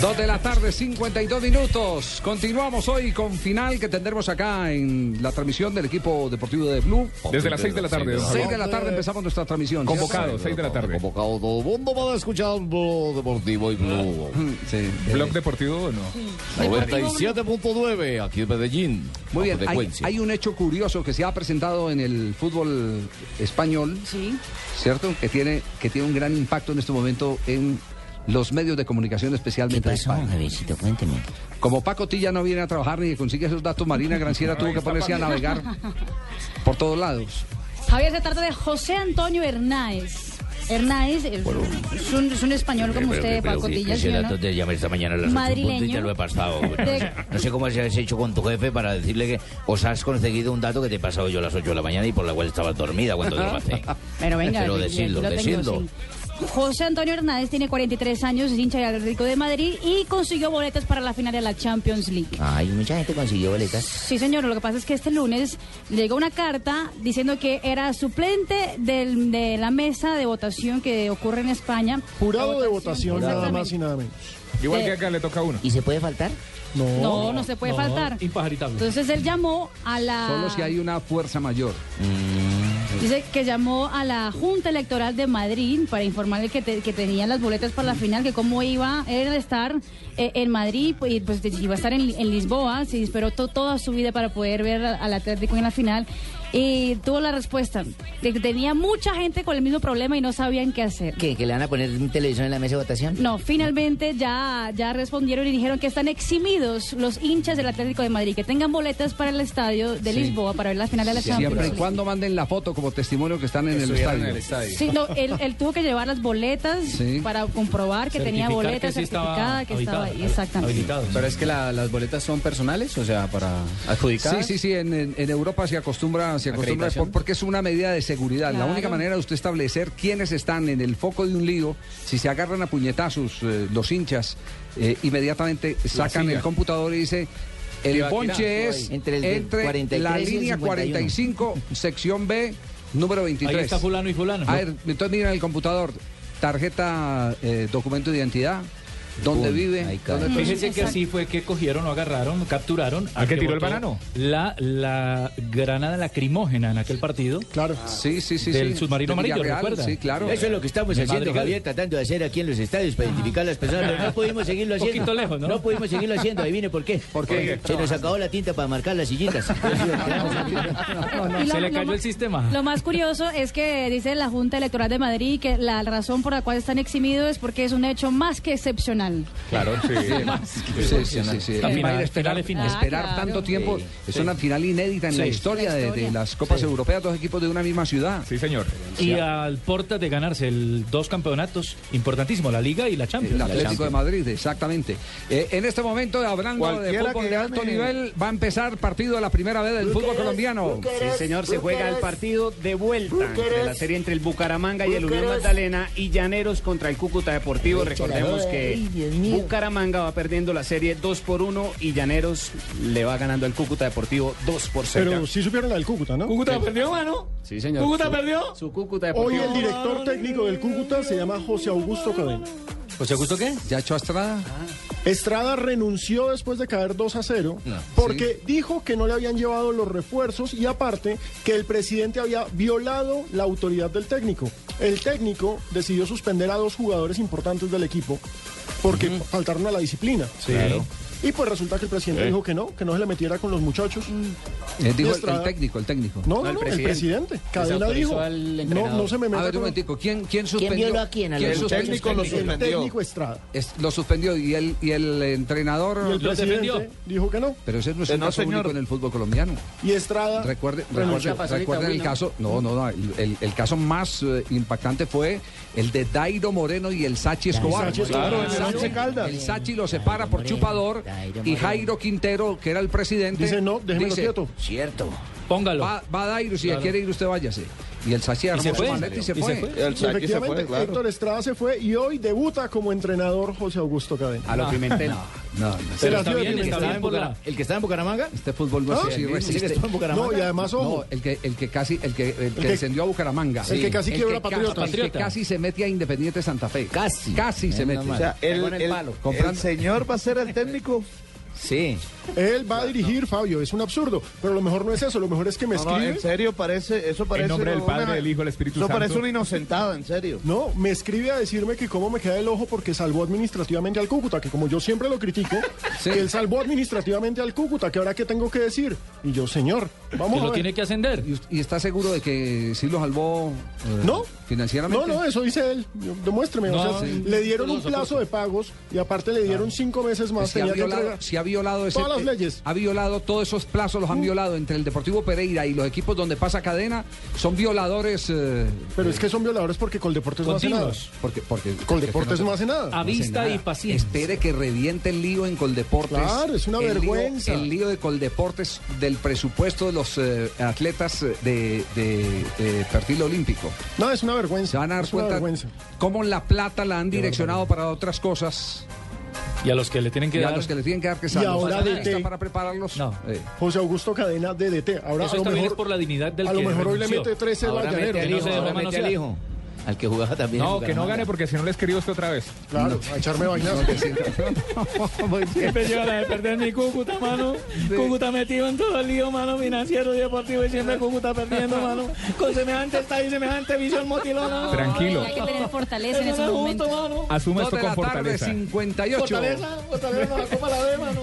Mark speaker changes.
Speaker 1: Dos de la tarde, 52 minutos. Continuamos hoy con final que tendremos acá en la transmisión del equipo deportivo de Blue.
Speaker 2: Desde las 6 de la tarde. don Javier.
Speaker 1: 6 de la tarde empezamos nuestra transmisión. ¿cierto?
Speaker 2: Convocado, 6 de la tarde.
Speaker 3: Convocado todo el mundo para escuchar Blog Deportivo y Blue.
Speaker 1: Sí.
Speaker 2: ¿Blog deportivo o no?
Speaker 3: 97.9 aquí en Medellín.
Speaker 1: Muy
Speaker 3: La
Speaker 1: bien, hay,
Speaker 3: frecuencia.
Speaker 1: hay un hecho curioso que se ha presentado en el fútbol español, ¿cierto? Que tiene, que tiene un gran impacto en este momento en los medios de comunicación,
Speaker 4: ¿Qué
Speaker 1: especialmente en
Speaker 4: pasó,
Speaker 1: España.
Speaker 4: Javiercito? Cuénteme.
Speaker 1: Como Paco Tilla no viene a trabajar ni consigue esos datos, Marina Granciera tuvo que ponerse a navegar por todos lados.
Speaker 5: Javier, se trata de José Antonio Hernáez. Hernáez es, es un, es un español como usted, Paco Tilla,
Speaker 4: Ese
Speaker 5: ¿sí o no?
Speaker 4: dato te llamé esta mañana a las ocho en punto y
Speaker 5: Madrileño.
Speaker 4: te lo he pasado. No
Speaker 5: De-
Speaker 4: sé, no sé cómo se has hecho con tu jefe para decirle que os has conseguido un dato que te he pasado yo a las 8 de la mañana y por la cual estabas dormida cuando te lo pasé.
Speaker 5: Pero venga,
Speaker 4: Pero
Speaker 5: aquí-
Speaker 4: decidlo,
Speaker 5: aquí lo tengo,
Speaker 4: decidlo.
Speaker 5: sí. José Antonio Hernáez tiene 43 años, es hincha del Rico de Madrid y consiguió boletas para la final de la Champions League.
Speaker 4: Ay, mucha gente consiguió boletas.
Speaker 5: Sí, señor, lo que pasa es que este lunes llegó una carta diciendo que era suplente del- de la mesa de votación que ocurre en España.
Speaker 6: Jurado de
Speaker 5: La
Speaker 6: votación, nada
Speaker 5: exactamente.
Speaker 6: más y nada menos.
Speaker 2: Igual
Speaker 5: Eh,
Speaker 2: que acá le toca a uno.
Speaker 4: ¿Y se puede faltar?
Speaker 5: No, no se puede faltar. Entonces él llamó a la...
Speaker 1: Solo si hay una fuerza mayor.
Speaker 5: Dice que llamó a la Junta Electoral de Madrid para informarle que, te- que tenían las boletas para la final, que cómo iba él a estar eh, en Madrid, pues, y pues iba a estar en, en Lisboa, se esperó to- toda su vida para poder ver a- al Atlético en la final. Y tuvo la respuesta de que tenía mucha gente con el mismo problema y no sabían qué hacer.
Speaker 4: ¿Qué? ¿Que le van a poner un televisor en la mesa de votación?
Speaker 5: No, finalmente ya, ya respondieron y dijeron que están eximidos los hinchas del Atlético de Madrid, que tengan boletas para el estadio de Lisboa para ver la final de la Champions.
Speaker 1: Siempre y cuando manden la foto como testimonio que están en el estadio.
Speaker 5: Sí, no, él, él tuvo que llevar las boletas
Speaker 1: Sí.
Speaker 5: para comprobar que tenía boletas certificada, que estaba ahí, exactamente.
Speaker 7: Pero es que la- las boletas son personales, o sea, para adjudicar.
Speaker 1: Sí, sí, sí, en, en- en Europa se acostumbra, se acostumbra
Speaker 7: Acreditación.
Speaker 1: por- porque es una medida de seguridad. La
Speaker 5: Claro.
Speaker 1: única manera de usted establecer quiénes están en el foco de un lío, si se agarran a puñetazos eh, los hinchas, eh, inmediatamente sacan
Speaker 2: silla.
Speaker 1: el computador y dice, el
Speaker 7: Tibaquirá,
Speaker 1: ponche es
Speaker 7: ahí.
Speaker 4: Entre el del
Speaker 1: entre
Speaker 4: 43
Speaker 1: la
Speaker 4: y el
Speaker 1: línea
Speaker 4: 45,
Speaker 1: 45, sección B, número 23.
Speaker 8: fulano y fulano.
Speaker 1: A ver, entonces miren el computador, tarjeta, eh, documento de identidad, dónde
Speaker 4: Pum, ahí
Speaker 1: vive,
Speaker 4: cae.
Speaker 1: dónde
Speaker 8: Fíjense que así fue que cogieron o agarraron, capturaron
Speaker 2: ¿A
Speaker 8: al
Speaker 2: qué
Speaker 8: que
Speaker 2: tiró el
Speaker 8: botó
Speaker 2: banano?
Speaker 8: La, la granada lacrimógena en aquel partido.
Speaker 6: Claro.
Speaker 1: Sí, sí, sí.
Speaker 8: Del
Speaker 1: sí.
Speaker 8: submarino
Speaker 1: De
Speaker 8: amarillo,
Speaker 1: Villarreal,
Speaker 8: ¿recuerda?
Speaker 1: Sí, claro.
Speaker 4: Eso es lo que estamos
Speaker 8: Mi
Speaker 4: haciendo,
Speaker 8: madrigal.
Speaker 4: Javier, tratando de hacer aquí en los estadios para identificar a las personas, pero no pudimos seguirlo
Speaker 8: Un
Speaker 4: haciendo.
Speaker 8: poquito lejos, ¿no?
Speaker 4: pudimos seguirlo haciendo, ahí viene por qué.
Speaker 1: ¿Por qué?
Speaker 4: Se nos acabó la tinta para marcar las sillitas.
Speaker 5: Y
Speaker 8: Se le cayó
Speaker 5: ma-
Speaker 8: el sistema.
Speaker 5: Lo más curioso es que dice la Junta Electoral de Madrid que la razón por la cual están eximidos es porque es un hecho más que excepcional.
Speaker 2: Claro, sí.
Speaker 1: Sí, sí, sí, sí.
Speaker 8: La
Speaker 1: Y
Speaker 8: final,
Speaker 1: va a ir a esperar,
Speaker 8: final es final.
Speaker 1: esperar
Speaker 5: Ah, claro.
Speaker 1: tanto tiempo.
Speaker 4: Sí,
Speaker 1: es una final inédita en
Speaker 8: Sí.
Speaker 1: la historia,
Speaker 5: La
Speaker 1: de- De,
Speaker 5: historia.
Speaker 1: las Copas Europeas, dos equipos de una misma ciudad.
Speaker 2: Sí, señor.
Speaker 8: Y al portas de ganarse el dos campeonatos importantísimo, la Liga y la Champions.
Speaker 1: El Atlético de Madrid, exactamente. Eh, en este momento, hablando de
Speaker 2: Cualquiera
Speaker 1: fútbol
Speaker 2: que
Speaker 1: de alto
Speaker 2: gane.
Speaker 1: nivel, va a empezar partido de la primera vez del fútbol colombiano.
Speaker 7: Sí, señor, se juega el partido de vuelta de la serie entre el Bucaramanga y el Unión Magdalena y Llaneros contra el Cúcuta Deportivo. Recordemos que Bucaramanga va perdiendo la serie 2 por 1 y Llaneros le va ganando al Cúcuta Deportivo 2 por 0.
Speaker 6: Pero sí supieron la del Cúcuta, ¿no?
Speaker 7: ¿Cúcuta perdió, mano? Sí, señor. ¿Cúcuta perdió? Su Cúcuta
Speaker 6: Hoy
Speaker 7: Deportivo.
Speaker 6: el director técnico del Cúcuta se llama José Augusto Cadena.
Speaker 8: ¿José Augusto qué?
Speaker 1: ¿Ya hecho Estrada?
Speaker 6: Estrada renunció después de caer 2 a 0 porque dijo que no le habían llevado los refuerzos y aparte que el presidente había violado la autoridad del técnico. El técnico decidió suspender a dos jugadores importantes del equipo porque faltaron a la disciplina. Y pues resulta que el presidente
Speaker 3: Sí.
Speaker 6: dijo que no, que no se le metiera con los muchachos.
Speaker 1: Eh, dijo
Speaker 6: Y
Speaker 1: el,
Speaker 6: Estrada-
Speaker 1: el técnico, el técnico.
Speaker 6: No, no, no, el presidente. Cadena dijo. No, no se me
Speaker 1: A
Speaker 6: meta
Speaker 1: ver, un
Speaker 6: con
Speaker 1: momentico, ¿quién, quién suspendió?
Speaker 9: violó a quién? ¿A los
Speaker 1: suspendió?
Speaker 9: técnicos los
Speaker 6: el técnico Estrada.
Speaker 1: Es- lo suspendió y el, y el entrenador...
Speaker 6: Y el
Speaker 1: lo
Speaker 6: presidente
Speaker 1: defendió.
Speaker 6: dijo que no.
Speaker 1: Pero ese no es un
Speaker 6: No,
Speaker 1: caso
Speaker 6: señor. Ah,
Speaker 1: único en el fútbol colombiano.
Speaker 6: Y Estrada
Speaker 1: Recuerde,
Speaker 6: renunció.
Speaker 1: recuerde, recuerden el caso, no, no, no, el, el- el caso más eh, impactante fue el de Dairo Moreno y el Sachi Escobar.
Speaker 6: Sachi Escobar,
Speaker 1: Claro,
Speaker 6: el de Once Caldas.
Speaker 1: el Sachi lo separa por chupador y
Speaker 9: Moreno.
Speaker 1: Jairo Quintero, que era el presidente,
Speaker 6: Dice, no, déjemelo
Speaker 1: dice,
Speaker 6: quieto.
Speaker 4: Cierto.
Speaker 8: Póngalo.
Speaker 1: Va, va Dairo, si
Speaker 8: Claro.
Speaker 1: quiere ir usted váyase. Y el Sachi armó
Speaker 8: se
Speaker 1: su
Speaker 8: fue.
Speaker 1: maleta y se
Speaker 8: Y se
Speaker 1: fue.
Speaker 8: fue.
Speaker 3: El Sachi se
Speaker 6: Efectivamente,
Speaker 3: fue, claro.
Speaker 6: Héctor Estrada se fue y hoy debuta como entrenador José Augusto Cadena.
Speaker 1: Ah,
Speaker 7: A lo Pimentel.
Speaker 1: No, no,
Speaker 8: Pero
Speaker 6: Será
Speaker 8: está
Speaker 6: tío de
Speaker 8: bien, está
Speaker 6: Pimentel.
Speaker 8: bien por la...
Speaker 4: ¿El que está en Bucaramanga?
Speaker 1: este fútbol no
Speaker 6: Ah,
Speaker 1: es así,
Speaker 4: ¿El que
Speaker 1: resiste.
Speaker 4: está en Bucaramanga?
Speaker 6: No, y además,
Speaker 1: No, eh,
Speaker 6: ojo,
Speaker 1: el que, el que casi, el que, el que
Speaker 6: que-
Speaker 1: descendió a Bucaramanga.
Speaker 6: el que casi quiebra
Speaker 1: ca-
Speaker 6: Patriotas.
Speaker 1: el que
Speaker 8: Patriota.
Speaker 1: casi se mete a Independiente Santa Fe.
Speaker 4: Casi.
Speaker 1: Casi se
Speaker 4: Eh,
Speaker 1: mete.
Speaker 4: no
Speaker 9: O sea,
Speaker 3: El,
Speaker 9: el, el,
Speaker 3: el-
Speaker 1: Comprando-
Speaker 9: el señor va a ser el técnico.
Speaker 4: Sí.
Speaker 6: él va a dirigir, Fabio, es un absurdo. Pero lo mejor no es eso, lo mejor es que me
Speaker 9: No, no, en
Speaker 6: escribe.
Speaker 9: serio parece, eso parece.
Speaker 2: nombre del Padre,
Speaker 9: una-
Speaker 2: del Hijo, del Espíritu
Speaker 9: Eso
Speaker 2: Santo.
Speaker 9: parece una inocentada, en serio.
Speaker 6: No, me escribe a decirme que cómo me queda el ojo porque salvó administrativamente al Cúcuta, que como yo siempre lo critico,
Speaker 1: Sí.
Speaker 6: que él salvó administrativamente al Cúcuta, que ahora qué tengo que decir. Y yo, señor,
Speaker 8: Que
Speaker 6: vamos a
Speaker 8: lo
Speaker 6: ver.
Speaker 8: tiene que ascender.
Speaker 1: ¿Y, us- y está seguro de que sí lo salvó eh,
Speaker 6: No.
Speaker 1: financieramente?
Speaker 6: No, no, eso dice él. Yo- Demuéstreme. o sea, le dieron un plazo de pagos y aparte le dieron cinco meses más.
Speaker 1: Si ha,
Speaker 6: tenía que
Speaker 1: violado,
Speaker 6: entregar.
Speaker 1: si ha violado ese- Ah.
Speaker 6: Todas las leyes. Mm.
Speaker 1: Ha violado todos esos plazos, los han violado entre el Deportivo Pereira y los equipos donde pasa cadena. Son violadores eh,
Speaker 6: Pero es que son violadores porque Coldeportes no hace nada.
Speaker 8: Continuos.
Speaker 1: porque, porque
Speaker 6: Coldeportes no hace nada.
Speaker 1: Ah.
Speaker 8: A vista y paciencia.
Speaker 1: Espere que reviente el lío en Coldeportes.
Speaker 6: Claro, es una
Speaker 1: El lío-
Speaker 6: vergüenza.
Speaker 1: el lío de Coldeportes del presupuesto de los eh, atletas eh, de, de- de perfil olímpico.
Speaker 6: No, es una vergüenza.
Speaker 1: Se van a dar
Speaker 6: es una
Speaker 1: cuenta
Speaker 6: vergüenza.
Speaker 1: cómo la plata la han direccionado para otras cosas.
Speaker 8: Y a los que le tienen que
Speaker 1: Y a
Speaker 8: dar...
Speaker 1: los que le tienen que dar que
Speaker 6: Y ahora
Speaker 1: ¿Está
Speaker 6: DT.
Speaker 1: lista para prepararlos.
Speaker 8: No.
Speaker 1: Eh,
Speaker 6: José Augusto Cadena, DDT. Ahora,
Speaker 8: Eso
Speaker 6: a lo
Speaker 8: está bien,
Speaker 6: mejor,
Speaker 8: es por la dignidad del
Speaker 6: a lo
Speaker 8: que
Speaker 6: mejor hoy le
Speaker 8: renunció.
Speaker 6: mete 13
Speaker 4: Ahora
Speaker 6: al
Speaker 4: mete al
Speaker 8: no
Speaker 6: llanero.
Speaker 4: hijo,
Speaker 8: se
Speaker 4: ahora
Speaker 8: dejó
Speaker 4: mete
Speaker 8: manosear.
Speaker 4: al hijo. Al que jugaba también. en
Speaker 2: No, que no
Speaker 4: Bucaramanga.
Speaker 2: gane porque si no le escribo usted otra vez.
Speaker 6: Claro, a echarme vainazo.
Speaker 8: Siempre lleva la de perder mi Cúcuta, mano. Cúcuta metido en todo el lío, mano, financiero y deportivo. Y siempre Cúcuta perdiendo, mano. Con semejante estadio y semejante visión motilona.
Speaker 2: Tranquilo.
Speaker 5: Hay que tener fortaleza en
Speaker 8: Eso
Speaker 5: esos
Speaker 8: no es
Speaker 5: momentos.
Speaker 8: justo, mano.
Speaker 2: Asuma
Speaker 1: Dos
Speaker 2: esto
Speaker 1: de
Speaker 2: con
Speaker 1: la tarde,
Speaker 2: fortaleza.
Speaker 1: 58.
Speaker 8: Fortaleza, fortaleza, no la copa la ve, mano.